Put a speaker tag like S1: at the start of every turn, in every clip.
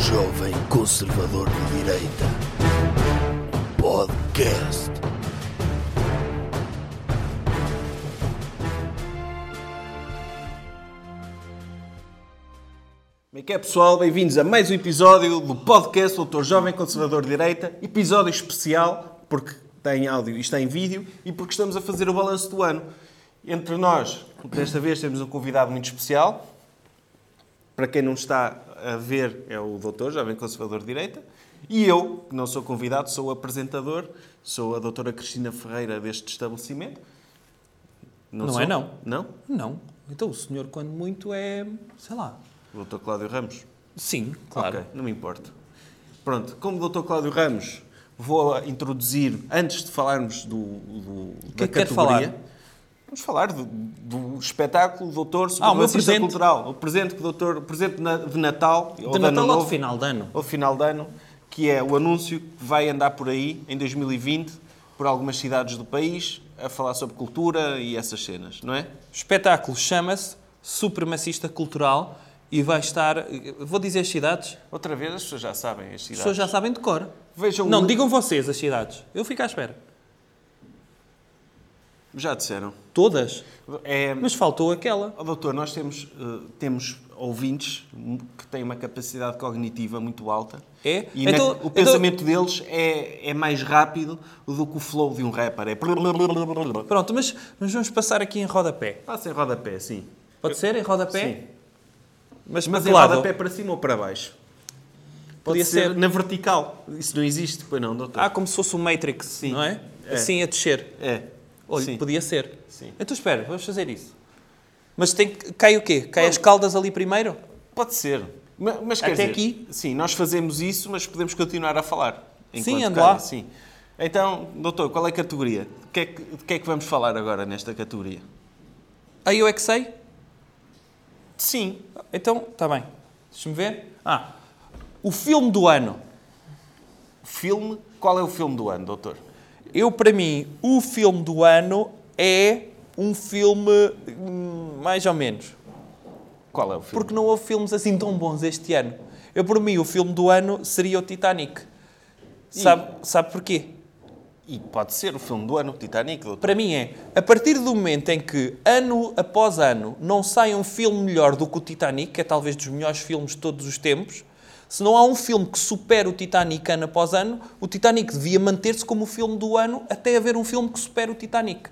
S1: jovem conservador de direita. Um podcast.
S2: Como é que é, pessoal? Bem-vindos a mais um episódio do podcast Doutor Jovem Conservador de Direita. Episódio especial, porque tem áudio e está em vídeo, e porque estamos a fazer o balanço do ano. Entre nós, desta vez, temos um convidado muito especial. Para quem não está a ver, é o Doutor Jovem Conservador de Direita. E eu, que não sou convidado, sou o apresentador, sou a Doutora Cristina Ferreira deste estabelecimento.
S3: Não
S2: sou?
S3: é não.
S2: Não?
S3: Não. Então o senhor, quando muito, é. sei lá.
S2: Doutor Cláudio Ramos.
S3: Sim, claro.
S2: Ok, não me importo. Pronto, como o Dr. Cláudio Ramos, vou introduzir, antes de falarmos do, do-
S3: que
S2: da
S3: é que
S2: categoria...
S3: quer falar?
S2: Vamos falar do, do espetáculo Doutor sobre
S3: Ah,
S2: ah,
S3: o meu presente?
S2: cultural. O presente que o Doutor, o presente de na- de Natal, ou
S3: De
S2: de ano
S3: Natal ou
S2: novo,
S3: de final de ano?
S2: ou de final de ano, que é o anúncio que vai andar por aí em 2020 por algumas cidades do país a falar sobre cultura e essas cenas, não é?
S3: O espetáculo chama-se Supremacista Cultural e vai estar. Vou dizer as cidades.
S2: Outra vez as pessoas já sabem as
S3: As
S2: cidades.
S3: pessoas já sabem de cor.
S2: Vejam
S3: Não,
S2: o-
S3: digam vocês as cidades. Eu fico à espera.
S2: já disseram.
S3: Todas.
S2: É-
S3: Mas faltou aquela.
S2: Ó, doutor, nós temos, eh, temos ouvintes que têm uma capacidade cognitiva muito alta.
S3: É?
S2: E na-
S3: Então-
S2: o
S3: então-
S2: pensamento deles é, é mais rápido do que o flow de um rapper. É...
S3: Pronto, mas, mas vamos passar aqui em rodapé.
S2: Passa em rodapé, sim.
S3: Pode ser em rodapé?
S2: Sim.
S3: Mas,
S2: Mas
S3: para
S2: em
S3: que lado?
S2: rodapé para cima ou para baixo? Pode
S3: Podia
S2: ser,
S3: ser.
S2: na vertical. Isso não existe, pois não, doutor?
S3: Ah, como se fosse o Matrix, não é?
S2: É.
S3: Assim a descer.
S2: É.
S3: Olha,
S2: Sim.
S3: podia ser.
S2: Sim.
S3: Então espera, vamos fazer isso. Mas tem que... cai o quê? Cai as caldas ali primeiro?
S2: Pode ser. Ma- Mas, quer
S3: Até
S2: dizer,
S3: aqui?
S2: Sim, nós fazemos isso, mas podemos continuar a falar.
S3: Sim,
S2: enquanto
S3: ande
S2: calha,
S3: lá.
S2: Sim. Então, doutor, qual é a categoria? O que é que, de que é que vamos falar agora nesta categoria?
S3: Aí eu é que sei?
S2: Sim.
S3: Então, está bem. Deixa-me ver. Ah, o filme do ano.
S2: Filme. Qual é o filme do ano, doutor?
S3: Eu, para mim, o filme do ano é um filme hum, mais ou menos.
S2: Qual é o filme?
S3: Porque não houve filmes assim tão bons este ano. Eu, por mim, o filme do ano seria o Titanic. Sabe, sabe porquê?
S2: E pode ser o filme do ano, o Titanic, doutor.
S3: Para mim é, a partir do momento em que, ano após ano, não sai um filme melhor do que o Titanic, que é talvez dos melhores filmes de todos os tempos, se não há um filme que supere o Titanic ano após ano, o Titanic devia manter-se como o filme do ano até haver um filme que supere o Titanic.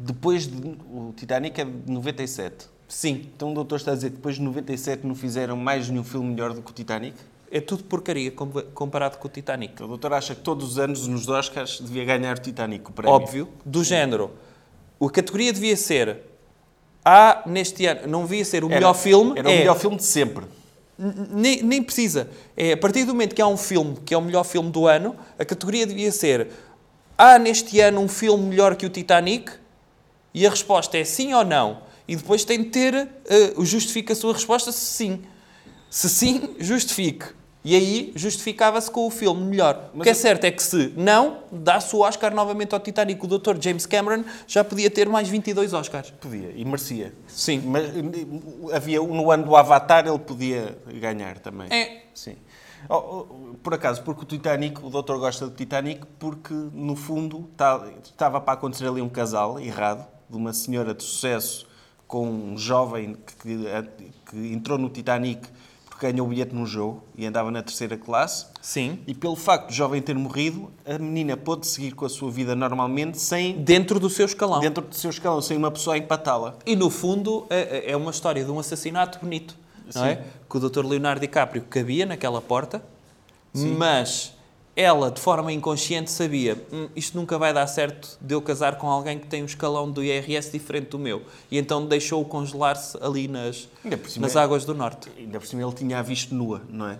S2: Depois de. O Titanic é de 97.
S3: Sim,
S2: Então o doutor está a dizer que depois de 97 não fizeram mais nenhum filme melhor do que o Titanic?
S3: é tudo porcaria com- comparado com o Titanic.
S2: Então, o doutor acha que todos os anos nos Oscars devia ganhar o Titanic, o prémio?
S3: Óbvio, do género. A categoria devia ser, há neste ano, não devia ser o
S2: Era-
S3: melhor filme,
S2: Era o
S3: é-
S2: melhor filme de sempre.
S3: Nem, nem precisa. É, a partir do momento que há um filme que é o melhor filme do ano, a categoria devia ser: há neste ano um filme melhor que o Titanic? E a resposta é sim ou não. E depois tem de ter, eh, justifica a sua resposta se sim. Se sim, justifique. E aí justificava-se com o filme melhor. o que é certo é que se não, dá-se o Oscar novamente ao Titanic. O Dr. James Cameron já podia ter mais 22 Oscars.
S2: Podia, e merecia.
S3: Sim.
S2: Mas eh, havia um- no ano do Avatar, ele podia ganhar também.
S3: É.
S2: Sim. Oh, oh, por acaso, porque o Titanic, o doutor gosta do Titanic, porque no fundo tá- estava para acontecer ali um casal errado, de uma senhora de sucesso com um jovem que, que- que entrou no Titanic porque ganhou o bilhete num jogo e andava na terceira classe.
S3: Sim.
S2: E pelo facto do jovem ter morrido, a menina pôde seguir com a sua vida normalmente sem
S3: Dentro do seu escalão.
S2: dentro do seu escalão, sem uma pessoa a empatá-la.
S3: E no fundo é, é uma história de um assassinato bonito, não é? Que o Dr. Leonardo DiCaprio cabia naquela porta, mas ela de forma inconsciente sabia "Hum, isto nunca vai dar certo de eu casar com alguém que tem um escalão do IRS diferente do meu. E então deixou-o congelar-se ali nas,
S2: Ainda por cima
S3: nas
S2: é-
S3: águas do norte.
S2: Ainda por cima ele tinha a visto nua, não é?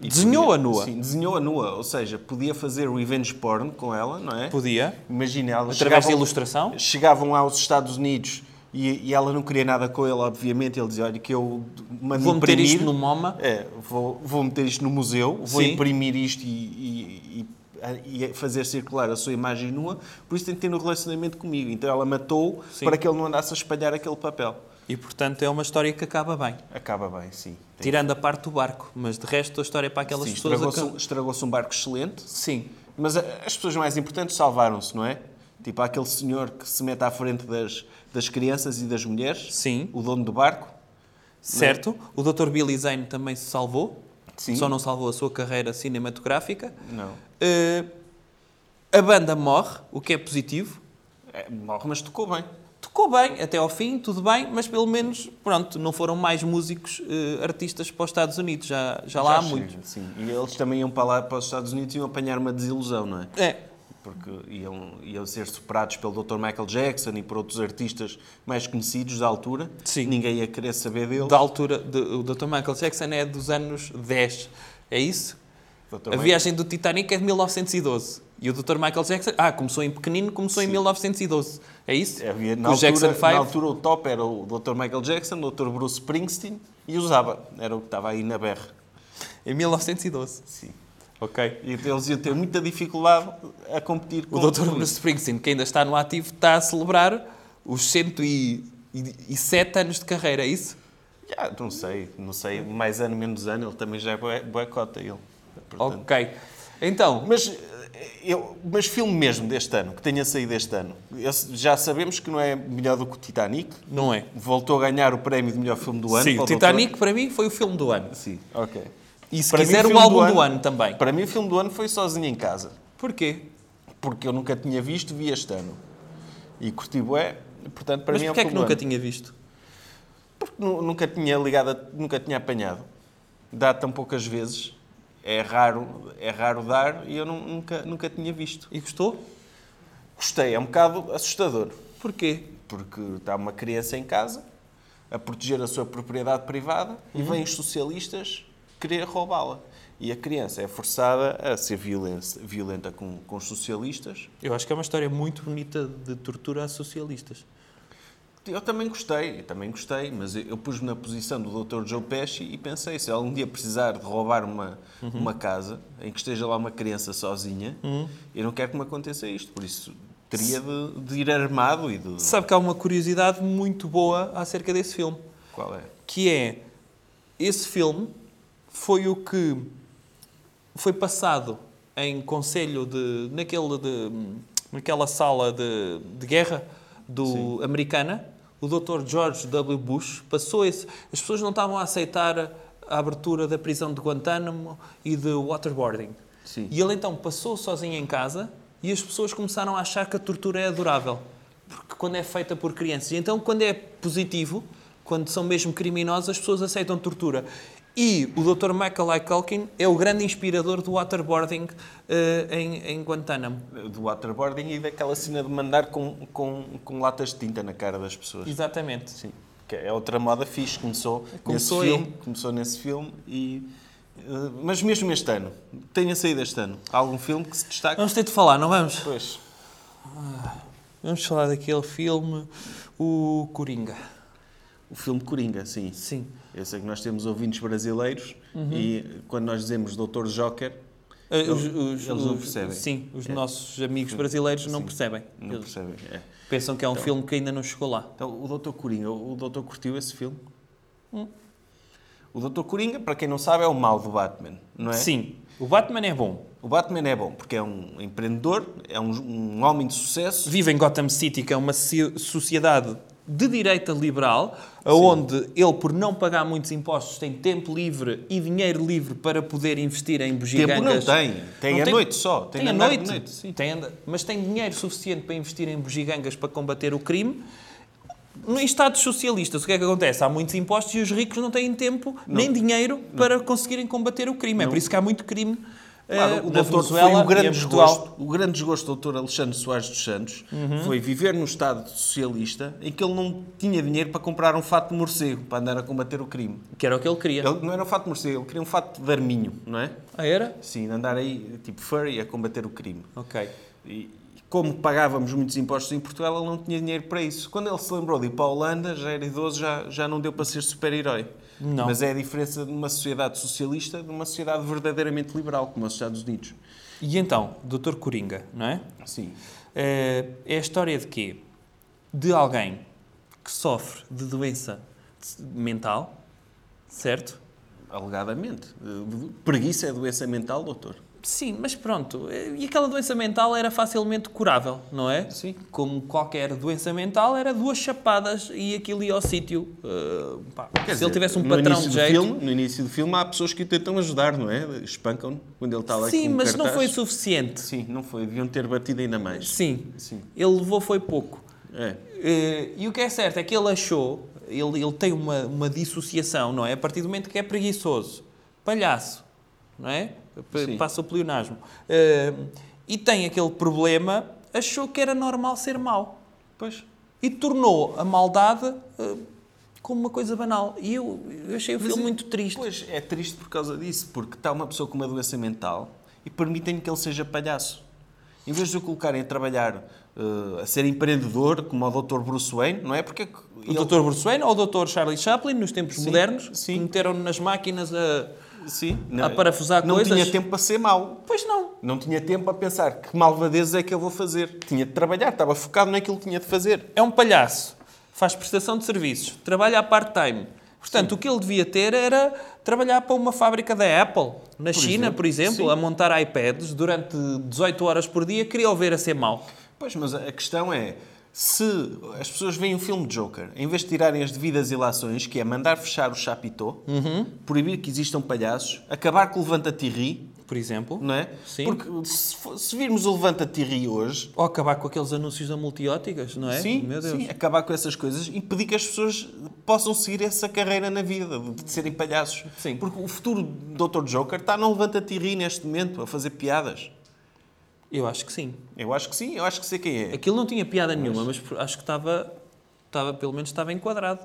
S2: E
S3: Desenhou-a
S2: podia-
S3: nua.
S2: Sim, desenhou a nua, ou seja, podia fazer revenge porn com ela, não é?
S3: Podia.
S2: Imagina, elas
S3: Através de
S2: chegavam-
S3: ilustração?
S2: Chegavam aos Estados Unidos e, e ela não queria nada com ele, obviamente. Ele dizia, olha, que eu mando
S3: Vou meter
S2: imprimir.
S3: isto no MoMA.
S2: É, vou, vou meter isto no museu, vou
S3: Sim.
S2: imprimir isto e, e- e- e fazer circular a sua imagem nua, por isso tem que ter um relacionamento comigo. Então ela matou
S3: Sim.
S2: para que ele não andasse a espalhar aquele papel.
S3: E, portanto, é uma história que acaba bem.
S2: Acaba bem, sim. Tem-
S3: Tirando a parte do barco. Mas, de resto, a história é para aquelas
S2: sim,
S3: pessoas...
S2: Estragou-se
S3: acaba-
S2: um- estragou-se um barco excelente,
S3: Sim.
S2: Mas a- as pessoas mais importantes salvaram-se, não é? Tipo, há aquele senhor que se mete à frente das, das crianças e das mulheres.
S3: Sim.
S2: O dono do barco.
S3: Certo. O Dr. Billy Zane também se salvou.
S2: Né? Sim.
S3: Só não salvou a sua carreira cinematográfica.
S2: Não.
S3: Eh, a banda morre, o que é positivo.
S2: É, morre, mas tocou bem.
S3: Tocou bem até ao fim, tudo bem, mas pelo menos, pronto, não foram mais músicos, eh, artistas para os Estados Unidos, já, já lá há
S2: chega,
S3: muitos.
S2: Sim. E eles também iam para lá, para os Estados Unidos, e iam apanhar uma desilusão, não é?
S3: É,
S2: Porque iam, iam ser superados pelo Dr. Michael Jackson e por outros artistas mais conhecidos da altura.
S3: Sim.
S2: Ninguém ia querer saber dele.
S3: da altura, de, o Dr. Michael Jackson é dos anos 10, é isso?
S2: Dr.
S3: A viagem do Titanic é de 1912. E o Dr. Michael Jackson, ah, começou em pequenino, começou em 1912, é isso?
S2: Havia,
S3: Com
S2: na,
S3: o
S2: altura,
S3: Jackson
S2: na
S3: 5.
S2: altura o top era o Dr. Michael Jackson, o Dr. Bruce Springsteen e usava. Era o que estava aí na berra.
S3: Em 1912.
S2: Sim.
S3: Ok.
S2: E eles iam ter muita dificuldade a competir com
S3: O Dr. Bruce Springsteen, que ainda está no ativo, está a celebrar os 107 anos de carreira, é isso?
S2: Já, não sei, não sei, mais ano menos ano, ele também já é bué- boicota ele. Portanto.
S3: Ok. Então,
S2: Mas, eh, eu, mas filme mesmo deste ano, que tenha saído este ano, Esse- já sabemos que não é melhor do que o Titanic,
S3: não é?
S2: voltou a ganhar o prémio de melhor filme do ano.
S3: Sim,
S2: para o Dr.
S3: Titanic para mim foi o filme do ano.
S2: Sim, ok.
S3: E se
S2: Para mim,
S3: quiser o
S2: filme
S3: álbum do ano também.
S2: Para mim o filme do ano foi Sozinho em Casa.
S3: Porquê?
S2: porque eu nunca tinha visto, vi este ano. E curti bué, portanto para
S3: Mas
S2: mim
S3: porquê é
S2: é um
S3: que
S2: filme
S3: nunca
S2: do ano.
S3: tinha visto?
S2: Porque nu- nunca tinha ligado, a- nunca tinha apanhado. Dá tão poucas vezes, é raro, é raro dar e eu nu- nunca, nunca tinha visto.
S3: E gostou?
S2: Gostei, é um bocado assustador,
S3: Porquê?
S2: porque está uma criança em casa a proteger a sua propriedade privada e vêm os socialistas querer roubá-la. E a criança é forçada a ser violen- violenta com, com os socialistas
S3: Eu acho que é uma história muito bonita de tortura a socialistas.
S2: Eu também gostei, eu também gostei, mas eu, eu pus-me na posição do Dr. Joe Pesci e pensei, se algum dia precisar de roubar uma, uma casa em que esteja lá uma criança sozinha, eu não quero que me aconteça isto, por isso teria de, de ir armado e de...
S3: Sabe que há uma curiosidade muito boa acerca desse filme.
S2: Qual é?
S3: que é esse filme foi o que foi passado em conselho de naquele de- naquela sala de, de guerra do americana o Dr George W Bush passou esse as pessoas não estavam a aceitar a abertura da prisão de Guantánamo e de waterboarding
S2: Sim.
S3: e ele então passou sozinho em casa e as pessoas começaram a achar que a tortura é adorável. Porque quando é feita por crianças. E então, quando é positivo, quando são mesmo criminosos, as pessoas aceitam tortura. E o Dr. Michael I. Culkin é o grande inspirador do waterboarding eh, em, em Guantánamo.
S2: Do waterboarding e daquela cena de mandar com, com, com latas de tinta na cara das pessoas.
S3: Exatamente.
S2: Sim, que é outra moda fixe, começou,
S3: Começou aí.
S2: nesse filme, começou nesse filme e... eh, Mas mesmo este ano, tenha saído este ano, há algum filme que se destaque?
S3: Vamos ter de falar, não vamos?
S2: Pois.
S3: Vamos falar daquele filme, o Coringa.
S2: O filme Coringa, sim.
S3: Sim. Uhum.
S2: Eu sei que nós temos ouvintes brasileiros e quando nós dizemos Doutor Joker,
S3: Eh, os-
S2: Eles-
S3: os-
S2: eles não
S3: os-
S2: percebem. É.
S3: Sim, os nossos amigos brasileiros não percebem.
S2: não
S3: Eles
S2: percebem. É.
S3: pensam que é um filme que ainda não chegou lá.
S2: Então, o Doutor Coringa, o Doutor curtiu esse filme?
S3: Hum.
S2: O Doutor Coringa, para quem não sabe, é o mau do Batman, não é?
S3: Sim, o Batman é bom.
S2: O Batman é bom porque é um empreendedor, é um, um homem de sucesso.
S3: Vive em Gotham City, que é uma si- sociedade de direita liberal, onde ele, por não pagar muitos impostos, tem tempo livre e dinheiro livre para poder investir em
S2: Tempo não
S3: bugigangas.
S2: tem, tem
S3: Não
S2: à noite só.
S3: Tem,
S2: de
S3: à
S2: andar de
S3: noite, Tem anda- mas tem dinheiro suficiente para investir em bugigangas para combater o crime. Em Estados socialistas, o que é que acontece? Há muitos impostos e os ricos não têm tempo nem dinheiro para conseguirem combater o crime. É por isso que há muito crime eh,
S2: Claro, o
S3: na
S2: doutor
S3: Venezuela
S2: foi o
S3: e
S2: grande
S3: em Portugal.
S2: desgosto, o grande desgosto do doutor Alexandre Soares dos Santos
S3: Uhum.
S2: foi viver num estado socialista em que ele não tinha dinheiro para comprar um fato de morcego para andar a combater o crime.
S3: Que era o que ele queria.
S2: Ele não era um fato de morcego, ele queria um fato de arminho, não é?
S3: Ah, era?
S2: Sim, de andar aí tipo furry a combater o crime.
S3: Ok.
S2: E e como pagávamos muitos impostos em Portugal, ele não tinha dinheiro para isso. Quando ele se lembrou de ir para a Holanda, já era idoso, já, já não deu para ser super-herói.
S3: Não.
S2: Mas é a diferença de uma sociedade socialista de uma sociedade verdadeiramente liberal, como os Estados Unidos.
S3: E então, Dr. Coringa, não é?
S2: Sim.
S3: Eh, É a história de quê? De alguém que sofre de doença mental, certo?
S2: Alegadamente. Eh, Preguiça é doença mental, doutor?
S3: Sim, mas pronto. E aquela doença mental era facilmente curável, não é?
S2: Sim.
S3: Como qualquer doença mental, era duas chapadas e aquilo ia ao sítio. Uh, pá, se ele tivesse um
S2: no
S3: patrão
S2: início
S3: de
S2: do
S3: jeito.
S2: Filme, no início do filme há pessoas que o tentam ajudar, não é? Espancam-no quando ele está lá
S3: Sim,
S2: com um
S3: mas não
S2: cartaz.
S3: foi suficiente.
S2: Sim, não foi. Deviam ter batido ainda mais.
S3: Sim.
S2: Sim.
S3: Ele levou foi pouco.
S2: É.
S3: Eh, e o que é certo é que ele achou, ele, ele tem uma, uma dissociação, não é? A partir do momento que é preguiçoso, palhaço, não é? P-
S2: Sim.
S3: Passa o pleonasmo. Eh, e tem aquele problema, achou que era normal ser mau.
S2: Pois.
S3: E tornou a maldade eh, como uma coisa banal. E eu, eu achei o filme
S2: é-
S3: muito triste.
S2: Pois, é triste por causa disso, porque está uma pessoa com uma doença mental e permitem que ele seja palhaço. Em vez de o colocarem a trabalhar, eh, a ser empreendedor, como o Dr. Bruce Wayne, não é? Porque é que
S3: O Dr. Bruce Wayne ou o Dr. Charlie Chaplin, nos tempos modernos,
S2: sim.
S3: meteram-no nas máquinas a...
S2: sim,
S3: a parafusar
S2: não
S3: coisas?
S2: tinha tempo para ser mau.
S3: Pois não.
S2: Não tinha tempo a pensar que malvadeza é que eu vou fazer. Tinha de trabalhar, estava focado naquilo que tinha de fazer.
S3: é um palhaço, faz prestação de serviços, trabalha a part-time. Portanto, o que ele devia ter era trabalhar para uma fábrica da Apple, na China,
S2: exemplo.
S3: por exemplo,
S2: Sim.
S3: a montar iPads durante 18 horas por dia, queria o ver a ser mau.
S2: Pois, mas a a questão é, se as pessoas veem um filme de Joker, em vez de tirarem as devidas ilações, que é mandar fechar o chapitó, proibir que existam palhaços, acabar com o levanta-tirri,
S3: Por exemplo,
S2: não é?
S3: Sim.
S2: Porque se, fo- se virmos o levanta-tirri hoje,
S3: ou acabar com aqueles anúncios da multióticas, não é?
S2: sim,
S3: Meu Deus.
S2: sim, acabar com essas coisas, impedir que as pessoas possam seguir essa carreira na vida, de de serem palhaços.
S3: Sim.
S2: Porque o futuro do Dr. Joker está no levanta-tirri neste momento, a fazer piadas.
S3: Eu acho que sim.
S2: Eu acho que sim, eu acho que sei quem é.
S3: Aquilo não tinha piada nenhuma, mas acho que estava, estava pelo menos estava enquadrado.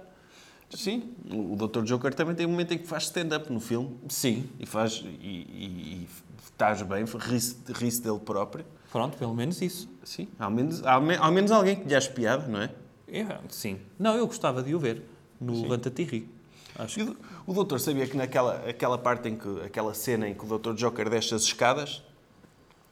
S2: Sim, o Dr. Joker também tem um momento em que faz stand-up no filme.
S3: Sim.
S2: E faz. E, e, e estás bem, ri-se ri-se dele próprio.
S3: Pronto, pelo menos isso.
S2: Sim. Ao menos, ao, me- ao menos alguém que lhe ache piada, não é?
S3: Eu- sim. Não, eu gostava de o ver no Levanta-Tirri. Acho
S2: E o, o doutor sabia que naquela aquela parte em que. aquela cena em que o Dr. Joker desce as escadas.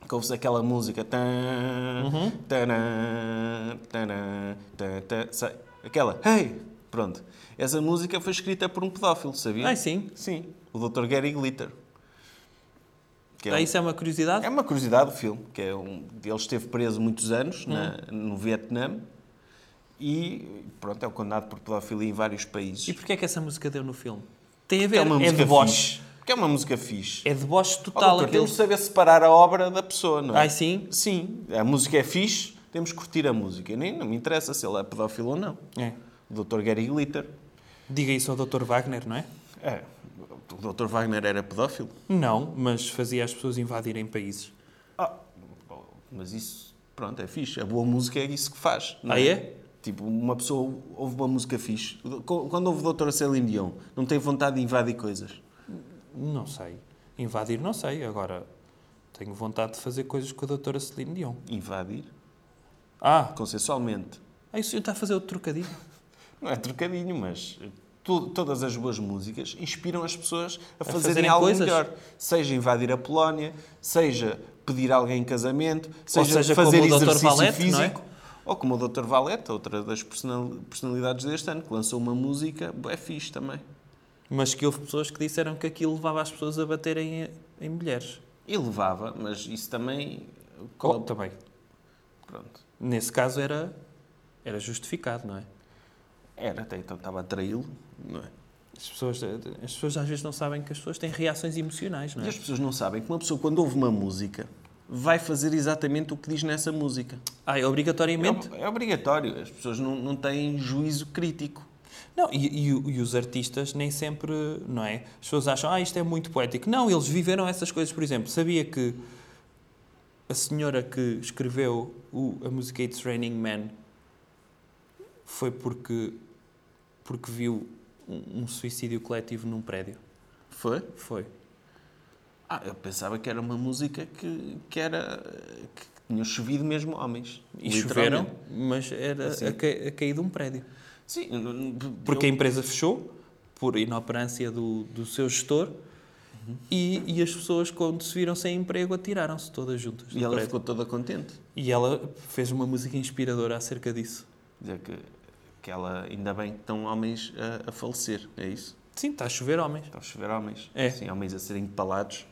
S2: que ouve-se aquela música. Tan, tanã, tanã, tan, tan, sai- aquela. Hey! Pronto. Essa música foi escrita por um pedófilo, sabia?
S3: Ah, sim.
S2: Sim. O Dr. Gary Glitter. Que é
S3: Ah,
S2: um-
S3: isso é uma curiosidade?
S2: É uma curiosidade o filme, que é um, ele esteve preso muitos anos na-
S3: Uhum.
S2: no Vietnã e pronto, é condenado por pedofilia em vários países.
S3: E porquê é que essa música deu no filme? Tem a ver,
S2: é
S3: é,
S2: uma música
S3: deboche.
S2: fixe. Porque é uma música fixe.
S3: É deboche
S2: Ó,
S3: total.
S2: doutor,
S3: aquele...
S2: Temos de saber separar a obra da pessoa, não é?
S3: Ai, sim?
S2: Sim, a música é fixe, temos que curtir a música. E Nem, não me interessa se ele é pedófilo ou não.
S3: É.
S2: O Dr. Gary Glitter.
S3: Diga isso ao Dr. Wagner, não é?
S2: É, o Dr. Wagner era pedófilo.
S3: Não, mas fazia as pessoas invadirem países.
S2: Ah, mas isso, pronto, é fixe. A boa música é isso que faz. não
S3: Ah, é?
S2: Tipo, uma pessoa ouve uma música fixe. Co- Quando ouve o Dr. Celine Dion, não tem vontade de invadir coisas.
S3: Não sei. Invadir, não sei. Agora, tenho vontade de fazer coisas com a doutora Celine Dion.
S2: Invadir?
S3: Ah, é
S2: Consensualmente.
S3: aí o senhor está a fazer outro trocadilho?
S2: Não é trocadinho, mas to- todas as boas músicas inspiram as pessoas a, fazerem,
S3: fazerem
S2: algo
S3: coisas.
S2: melhor. Seja invadir a Polónia, seja pedir alguém em casamento, seja,
S3: seja
S2: fazer
S3: como o Dr.
S2: exercício
S3: Valete, não é?
S2: físico. Ou como o Dr. Valete, outra das personal- personalidades deste ano, que lançou uma música, é fixe também.
S3: Mas que houve pessoas que disseram que aquilo levava as pessoas a baterem em mulheres.
S2: E levava, mas isso também.
S3: Oh, também.
S2: Pronto.
S3: Nesse caso era, era justificado, não é?
S2: Era, até então estava a traí-lo, não é?
S3: As pessoas, eh, as pessoas às vezes não sabem que as pessoas têm reações emocionais, não
S2: E
S3: é?
S2: as pessoas não sabem que uma pessoa, quando ouve uma música, vai fazer exatamente o que diz nessa música.
S3: Ah, é obrigatoriamente?
S2: É, é obrigatório, as pessoas não, não têm juízo crítico.
S3: Não, e, e o- e os artistas nem sempre, não é? As pessoas acham, ah, isto é muito poético. Não, eles viveram essas coisas, por exemplo. Sabia que a senhora que escreveu o- a música It's Raining Man foi porque, porque viu um, um suicídio coletivo num prédio?
S2: Foi?
S3: Foi.
S2: Ah, eu pensava que era uma música que, que era. que tinham chovido mesmo homens.
S3: E
S2: literalmente.
S3: choveram, mas era a, ca- a cair de um prédio.
S2: Sim, eu não-
S3: Porque a empresa fechou por inoperância do, do seu gestor e, e as pessoas, quando se viram sem emprego, atiraram-se todas juntas.
S2: eu- E
S3: do
S2: ela
S3: prédio.
S2: ficou toda contente.
S3: e ela fez uma música inspiradora acerca disso.
S2: Dizer que, Porque ela, ainda bem que estão homens a, a falecer, é isso?
S3: Sim, está a chover homens.
S2: Está a chover homens.
S3: É. Uhum.
S2: Sim, homens a serem empalados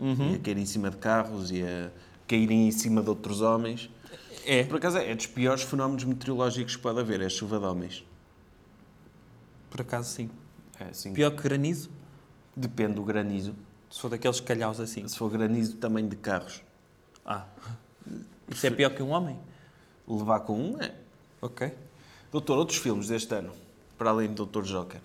S2: e a cair em cima de carros e a caírem em cima de outros homens.
S3: É.
S2: Por acaso é, é dos piores fenómenos meteorológicos que pode haver, é a chuva de homens.
S3: Por acaso, sim.
S2: É, assim,
S3: Pior que granizo,
S2: Depende do granizo.
S3: se for daqueles calhaus assim.
S2: Se for granizo também de carros.
S3: Ah. Isso é pior que um homem?
S2: Levar com um é.
S3: Ok.
S2: Doutor, outros filmes deste ano, para além do Doutor Joker.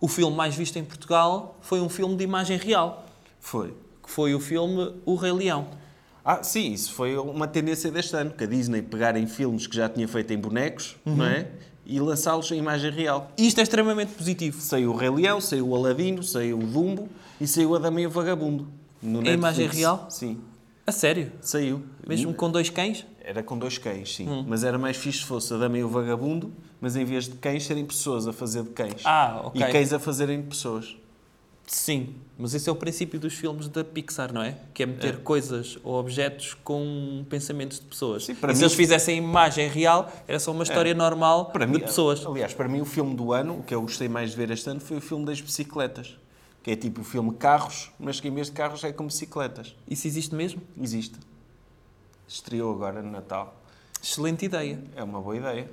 S3: O filme mais visto em Portugal foi um filme de imagem real,
S2: Foi.
S3: que foi o filme O Rei Leão.
S2: Ah, sim, isso foi uma tendência deste ano, que a Disney pegarem filmes que já tinha feito em bonecos,
S3: Uhum.
S2: não é? E lançá-los em imagem real.
S3: Isto é extremamente positivo.
S2: Saiu o Rei Leão, saiu o Aladino, saiu o Dumbo e saiu a Dama e o Vagabundo. No
S3: Em imagem
S2: Netflix.
S3: real?
S2: Sim,
S3: A sério?
S2: saiu.
S3: Mesmo com dois cães?
S2: Era com dois cães, sim.
S3: Hum.
S2: Mas era mais fixe se fosse a Dama e o Vagabundo, mas em vez de cães serem pessoas a fazer de cães.
S3: Ah, ok.
S2: E cães a fazerem de pessoas.
S3: Sim, mas esse é o princípio dos filmes da Pixar, não é? Que é meter coisas ou objetos com pensamentos de pessoas.
S2: Sim, para mim-
S3: e
S2: É.
S3: se eles fizessem imagem real, era só uma história normal
S2: Para
S3: de
S2: mim, é.
S3: pessoas.
S2: Aliás, para mim o filme do ano, o que eu gostei mais de ver este ano, foi o filme das bicicletas. Que é tipo o filme Carros, mas que em vez de carros é com bicicletas.
S3: Isso existe mesmo?
S2: Existe. Estreou agora no Natal.
S3: Excelente ideia.
S2: É uma boa ideia.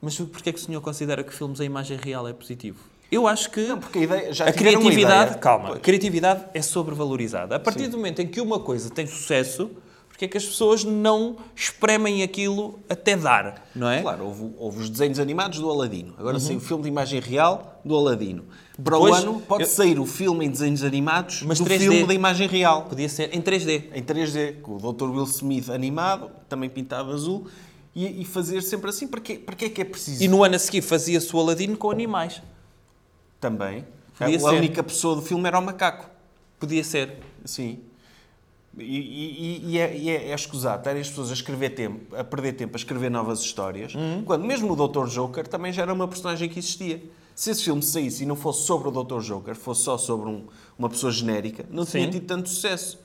S3: Mas porquê é que o senhor considera que filmes em imagem real é positivo? Eu acho que
S2: Porque a ideia já
S3: a
S2: tiveram uma
S3: criatividade,
S2: ideia.
S3: calma, a
S2: Pois.
S3: criatividade é sobrevalorizada. A partir do momento em que uma coisa tem sucesso, porque é que as pessoas não espremem aquilo até dar, não é? Uhum.
S2: Claro, houve, houve os desenhos animados do Aladino. Agora saiu o filme de imagem real do Aladino. Para o
S3: Depois,
S2: ano pode
S3: eu-
S2: sair o filme em desenhos animados
S3: Mas
S2: do
S3: 3D.
S2: filme da imagem real.
S3: Podia ser em 3D.
S2: Em 3D, com o Dr. Will Smith animado, também pintado azul, e, e fazer sempre assim. Para quê, para quê que é preciso?
S3: E no ano a seguir fazia-se o Aladino com animais.
S2: Também.
S3: Podia
S2: a
S3: ser.
S2: única pessoa do filme era o macaco.
S3: Podia ser.
S2: Sim. E, e- e- e é, e é- é escusado estarem as pessoas a escrever tempo, a perder tempo a escrever novas histórias,
S3: Hum.
S2: quando mesmo o Dr. Joker também já era uma personagem que existia. Se esse filme saísse e não fosse sobre o Dr. Joker, fosse só sobre um- uma pessoa genérica, não tinha
S3: Sim.
S2: tido tanto sucesso.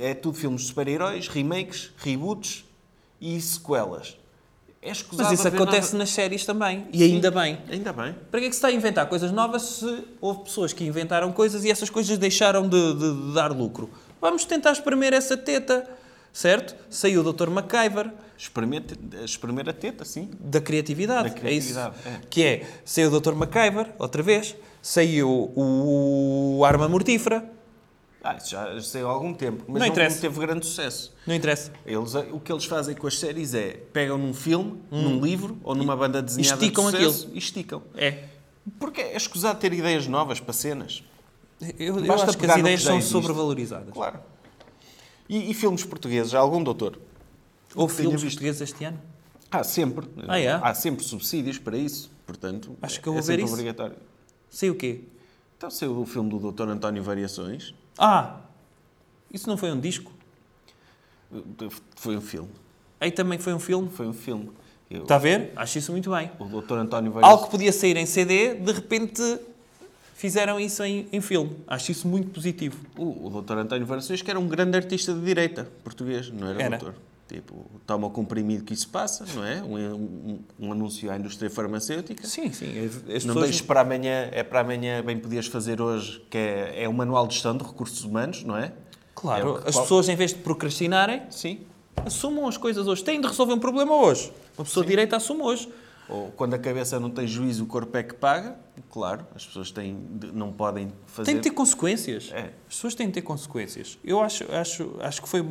S2: É tudo filmes de super-heróis, remakes, reboots e sequelas. É escusado
S3: Mas isso
S2: haver
S3: acontece
S2: nova-
S3: nas séries também. E ainda bem.
S2: Ainda bem.
S3: Para que é que se está a inventar coisas novas se houve pessoas que inventaram coisas e essas coisas deixaram de, de- de dar lucro? Vamos tentar espremer essa teta, certo? Saiu o Dr. MacGyver
S2: Experimente, espremer a teta, sim.
S3: da criatividade.
S2: Da criatividade,
S3: é isso.
S2: é.
S3: Que é, saiu o Dr. MacGyver, outra vez, saiu o, o Arma Mortífera,
S2: Ah, isso já saiu há algum tempo, mas
S3: Não
S2: não,
S3: interessa.
S2: teve grande sucesso.
S3: não interessa.
S2: Eles, eh, o que eles fazem com as séries é pegam num filme, num livro ou numa banda desenhada de
S3: Hum. Esticam
S2: sucesso
S3: aquilo.
S2: e esticam.
S3: É.
S2: Porque é escusado ter ideias novas para cenas.
S3: Eu, eu
S2: Basta
S3: acho que
S2: pegar
S3: as
S2: no
S3: ideias
S2: que já
S3: são
S2: existe.
S3: sobrevalorizadas.
S2: Claro. E, e filmes portugueses? Há algum doutor?
S3: Houve
S2: Tenho
S3: filmes
S2: visto.
S3: portugueses este ano?
S2: Há sempre.
S3: Ah, é?
S2: Há sempre subsídios para isso. Portanto,
S3: Acho que eu
S2: é
S3: vou ver
S2: sempre
S3: isso.
S2: obrigatório.
S3: Sei o quê?
S2: Então saiu o filme do doutor António Variações.
S3: Ah, isso não foi um disco?
S2: Foi um filme.
S3: Aí também foi um filme?
S2: Foi um filme. Eu-
S3: Está a ver? Acho isso muito bem.
S2: O doutor António Variações...
S3: Tá. Algo que podia sair em CD, de repente fizeram isso em, em filme. Acho isso muito positivo.
S2: O, o doutor António Variações, que era um grande artista de direita português, não era,
S3: Era.
S2: doutor? Tipo, toma o comprimido que isso passa, não é? Um, um- um anúncio à indústria farmacêutica.
S3: Sim, sim. As, as
S2: não
S3: pessoas-
S2: deixes para amanhã, é para amanhã, bem podias fazer hoje, que é, é o manual de gestão de recursos humanos, não é? É o
S3: Claro,
S2: que-
S3: as
S2: qual-
S3: pessoas em vez de procrastinarem,
S2: Sim.
S3: assumam as coisas hoje. Têm de resolver um problema hoje. Uma pessoa de direita assume hoje.
S2: Ou quando a cabeça não tem juízo, o corpo é que paga. Claro, as pessoas têm, de- não podem fazer.
S3: Tem de ter consequências.
S2: É.
S3: As pessoas têm de ter consequências. Eu acho, acho, acho que foi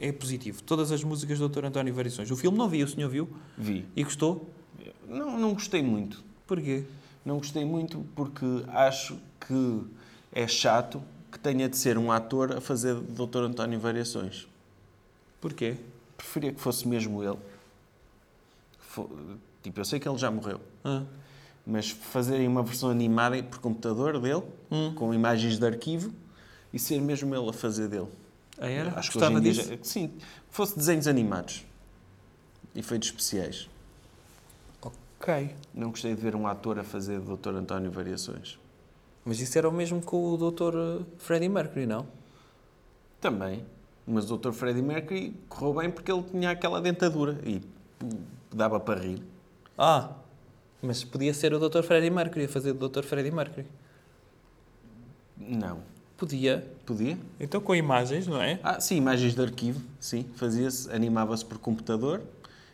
S3: é positivo. Todas as músicas do Dr. António Variações. O filme não vi, o senhor viu?
S2: Vi.
S3: E gostou?
S2: Não, não gostei muito.
S3: Porquê?
S2: Não gostei muito porque acho que é chato que tenha de ser um ator a fazer de Dr. António Variações.
S3: Porquê?
S2: Preferia que fosse mesmo ele. Que fo- Tipo, eu sei que ele já morreu,
S3: Ah.
S2: mas fazerem uma versão animada por computador dele,
S3: Hum.
S2: com imagens de arquivo, e ser mesmo ele a fazer dele.
S3: Ah, era?
S2: Acho que hoje
S3: Gostava
S2: em dia
S3: disso?
S2: já- Sim, que fosse desenhos animados. Efeitos especiais.
S3: Ok.
S2: Não gostei de ver um ator a fazer de Dr. António Variações.
S3: Mas isso era o mesmo com o Dr. Freddie Mercury, não?
S2: Também. Mas o Dr. Freddie Mercury correu bem porque ele tinha aquela dentadura e pô, dava para rir.
S3: Ah, Mas podia ser o Dr. Freddie Mercury, a fazer do Dr. Freddie Mercury.
S2: Não.
S3: Podia.
S2: Podia?
S3: Então com imagens, não é?
S2: Ah, sim, imagens de arquivo, sim, fazia-se, animava-se por computador,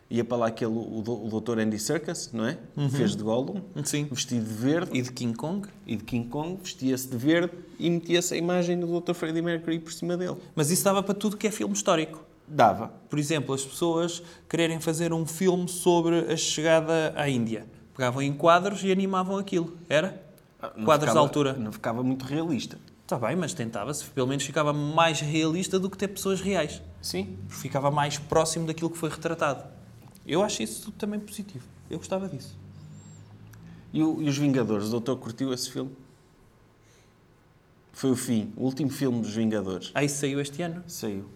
S2: ia para lá aquele, o, do- o doutor Andy Serkis, não é? Fez de Gollum,
S3: Uhum. Sim.
S2: vestido de verde,
S3: E de King Kong.
S2: e de King Kong, vestia-se de verde e metia-se a imagem do Dr. Freddie Mercury por cima dele.
S3: Mas isso dava para tudo que é filme histórico.
S2: Dava.
S3: Por exemplo, as pessoas quererem fazer um filme sobre a chegada à Índia. Pegavam em quadros e animavam aquilo. Era?
S2: Ah, não
S3: quadros
S2: ficava-
S3: à altura.
S2: Não ficava muito realista.
S3: Está Tá bem, mas tentava-se. Pelo menos ficava mais realista do que ter pessoas reais.
S2: Sim.
S3: Porque ficava mais próximo daquilo que foi retratado. Eu acho isso tudo também positivo. Eu gostava disso.
S2: E, o- e os Vingadores, o doutor curtiu esse filme? Foi o fim, o último filme dos Vingadores.
S3: Ah, isso saiu este ano.
S2: Saiu.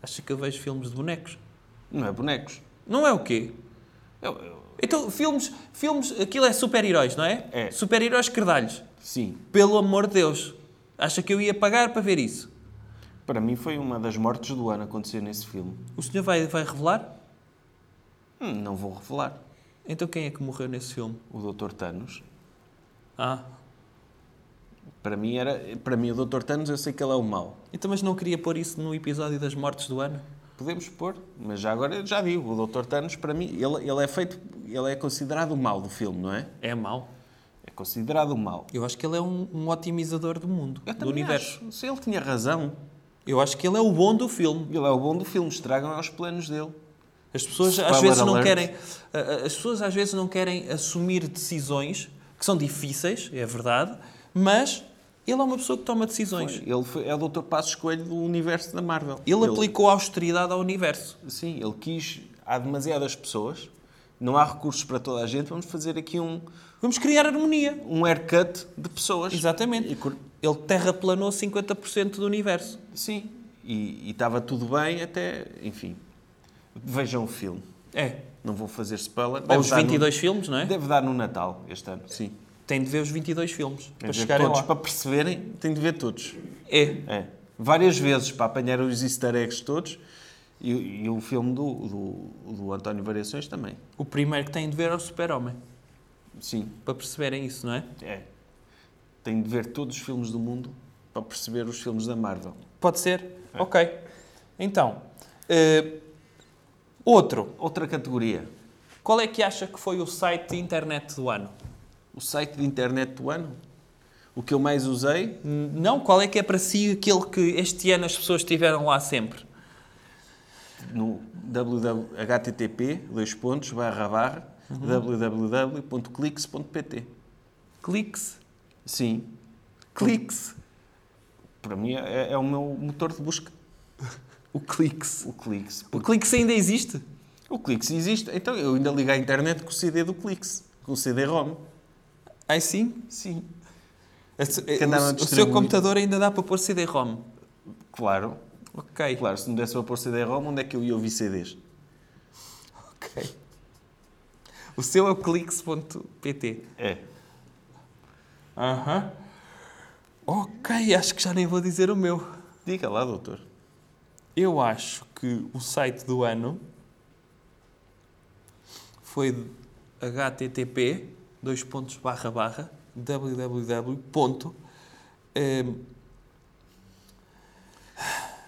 S3: Acho que eu vejo filmes de bonecos.
S2: Não é bonecos.
S3: Não é o quê?
S2: Eu- eu-
S3: Então, filmes, filmes, aquilo é super-heróis, não é?
S2: É.
S3: Super-heróis cardalhos.
S2: sim.
S3: Pelo amor de Deus. Acha que eu ia pagar para ver isso?
S2: Para mim foi uma das mortes do ano acontecer nesse filme.
S3: O senhor vai, vai revelar?
S2: Hum, Não vou revelar.
S3: Então quem é que morreu nesse filme?
S2: O Dr. Thanos.
S3: Ah,
S2: Para mim era, para mim o Dr. Thanos eu sei que ele é o mau.
S3: então mas não queria pôr isso no episódio das mortes do ano?
S2: Podemos pôr, mas já agora já digo, o Dr. Thanos para mim, ele, ele é feito, ele é considerado o mau do filme, não é?
S3: É mau.
S2: É considerado o mau.
S3: Eu acho que ele é um, um otimizador do mundo, do universo.
S2: acho. Se ele tinha razão,
S3: Eu acho que ele é o bom do filme.
S2: ele é o bom do filme, estragam aos planos dele.
S3: As pessoas às
S2: Spoiler
S3: vezes não
S2: alert.
S3: querem, a- a- as pessoas às vezes não querem assumir decisões que são difíceis, é verdade, mas ele é uma pessoa que toma decisões.
S2: Ele foi- é o Dr. Passos Coelho do universo da Marvel.
S3: Ele, aplicou a austeridade ao universo.
S2: Sim, ele quis, há demasiadas pessoas, não há recursos para toda a gente, vamos fazer aqui um,
S3: Vamos criar harmonia.
S2: um haircut de pessoas.
S3: Exatamente.
S2: E cor-
S3: Ele terraplanou 50% do universo.
S2: Sim, e e estava tudo bem até, enfim. Vejam o filme.
S3: É.
S2: Não vou fazer spoiler.
S3: Ou
S2: Deve
S3: os
S2: dar no-
S3: 22 filmes, não é?
S2: Deve dar no Natal este ano, sim.
S3: Tem de ver os 22 filmes
S2: Tem
S3: para
S2: de ver
S3: chegarem
S2: todos,
S3: lá.
S2: para perceberem, tem de ver todos.
S3: É.
S2: É. Várias vezes para apanhar os easter eggs todos. E, e o filme do, do, do António Variações também.
S3: O primeiro que tem de ver é o Super-Homem.
S2: Sim,
S3: Para perceberem isso, não é?
S2: é. Tem de ver todos os filmes do mundo para perceber os filmes da Marvel.
S3: Pode ser? Ok. Então, eh, outro.
S2: Outra categoria.
S3: Qual é que acha que foi o site de internet do ano?
S2: O site de internet do ano. O que eu mais usei
S3: N- Não, qual é que é para si aquele que este ano as pessoas tiveram lá sempre?
S2: no http dois pontos barra barra www.clix.pt
S3: Cliques?
S2: sim
S3: Cliques.
S2: para mim é, é o meu motor de busca
S3: O Cliques.
S2: o Clix
S3: O Cliques ainda existe?
S2: o Clix existe então eu ainda ligo à internet com o CD do Clix com o CD-ROM
S3: Aí sim?
S2: sim
S3: É
S2: andaram a
S3: O, seu
S2: distribuir.
S3: computador ainda dá para pôr CD-ROM.
S2: claro
S3: Ok.
S2: claro se não desse para pôr CD-ROM onde é que eu ia ouvir CDs
S3: Ok. O seu é o cliques.pt.
S2: é
S3: Aham. Ok, acho que já nem vou dizer o meu.
S2: diga lá doutor
S3: Eu acho que o site do ano foi http dois pontos barra barra www ponto, ehm,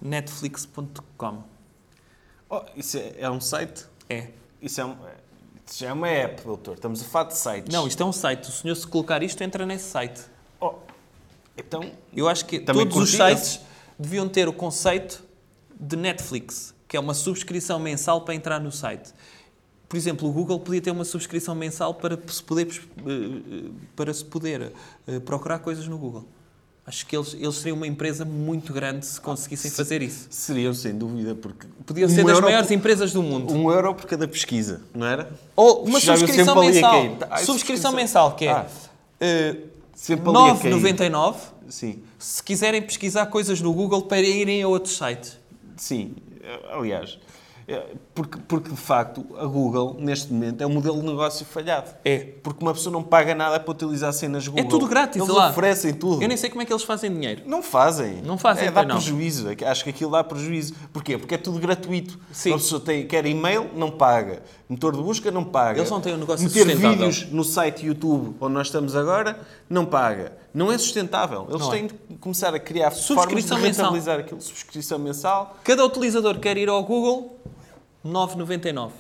S3: netflix.com
S2: Oh, isso é, é um site
S3: é
S2: isso é um, isso já é uma app doutor estamos a falar de sites
S3: não isto é um site o senhor se colocar isto entra nesse site
S2: Oh, então
S3: eu acho que
S2: Também
S3: todos os
S2: curti
S3: sites deviam ter o conceito de Netflix que é uma subscrição mensal para entrar no site Por exemplo, o Google podia ter uma subscrição mensal para se poder, eh, para se poder eh, procurar coisas no Google. Acho que eles, eles seriam uma empresa muito grande se conseguissem fazer isso.
S2: seriam sem dúvida porque
S3: Podiam ser das
S2: Um euro-
S3: maiores empresas do mundo.
S2: Um euro por cada pesquisa, não era?
S3: Ou uma
S2: Já viu
S3: subscrição
S2: sempre ali a
S3: mensal.
S2: cair. Ah,
S3: subscrição
S2: subscrição-
S3: mensal, que é
S2: Ah.
S3: eh,
S2: Sempre ali a cair.
S3: 9,99
S2: Sim,
S3: se quiserem pesquisar coisas no Google para irem a outros sites.
S2: sim. Aliás, É, Porque, porque, de facto, a Google, neste momento, é um modelo de negócio falhado.
S3: É.
S2: Porque uma pessoa não paga nada para utilizar cenas Google.
S3: É tudo grátis
S2: Eles
S3: lá.
S2: oferecem tudo.
S3: Eu nem sei como é que eles fazem dinheiro.
S2: Não fazem.
S3: Não
S2: É,
S3: fazem,
S2: dá
S3: pois não.
S2: prejuízo. É que Acho que aquilo dá prejuízo. Porquê? Porque é tudo gratuito.
S3: Sim.
S2: A pessoa tem, quer e-mail, não paga. Motor de busca, não paga.
S3: Eles não têm um negócio
S2: Meter
S3: sustentável.
S2: vídeos no site YouTube, onde nós estamos agora, não paga. Não é sustentável. Eles
S3: Não é.
S2: têm de começar a criar
S3: Subscrição
S2: formas de
S3: mensal.
S2: rentabilizar aquilo. Subscrição mensal.
S3: Cada utilizador quer ir ao Google, 9,99.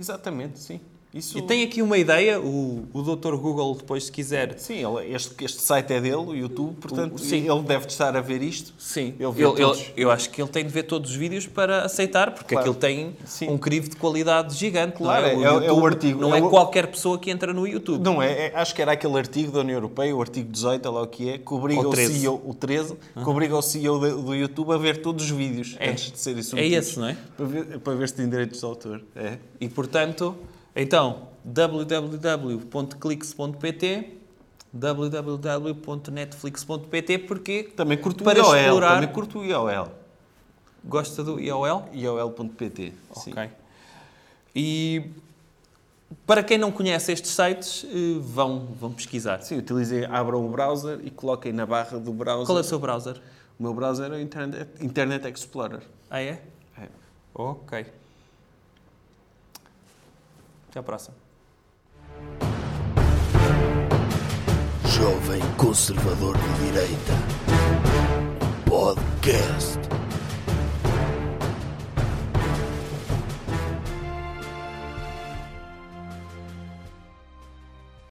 S2: Exatamente, sim. Isso...
S3: E tem aqui uma ideia, o, o doutor Google, depois, se quiser.
S2: Sim, ele- este, este site é dele, o YouTube, portanto,
S3: sim.
S2: ele deve estar a ver isto.
S3: Sim,
S2: Ele
S3: eu,
S2: vê todos.
S3: eu acho que ele tem de ver todos os vídeos para aceitar, porque
S2: Claro.
S3: aquilo tem
S2: Sim.
S3: um crivo de qualidade gigante.
S2: Claro,
S3: não
S2: é- é o
S3: YouTube
S2: artigo,
S3: Não
S2: é
S3: é,
S2: o-
S3: qualquer pessoa que entra no YouTube.
S2: Não é, é- acho que era aquele artigo da União Europeia, o artigo 18, ou lá o que é, que obriga
S3: Ou
S2: o
S3: 13.
S2: CEO, o 13, que obriga o CEO do, do YouTube a ver todos os vídeos antes de serem submetidos.
S3: esse, não é?
S2: Para ver, para ver se tem direitos de autor. É.
S3: E portanto, então, www.clix.pt www.netflix.pt porque
S2: Também curto
S3: para
S2: o IOL,
S3: explorar
S2: também curto o IOL.
S3: gosta do IOL?
S2: IOL.pt. sim.
S3: Ok. E para quem não conhece estes sites, eh, vão, vão pesquisar.
S2: Sim, utilizem, abram o browser e coloquem na barra do browser.
S3: Qual é o seu browser?
S2: O meu browser é o Internet, Internet Explorer.
S3: Ah, é?
S2: É.
S3: Ok. Até à próxima.
S1: Jovem Conservador de Direita. Podcast.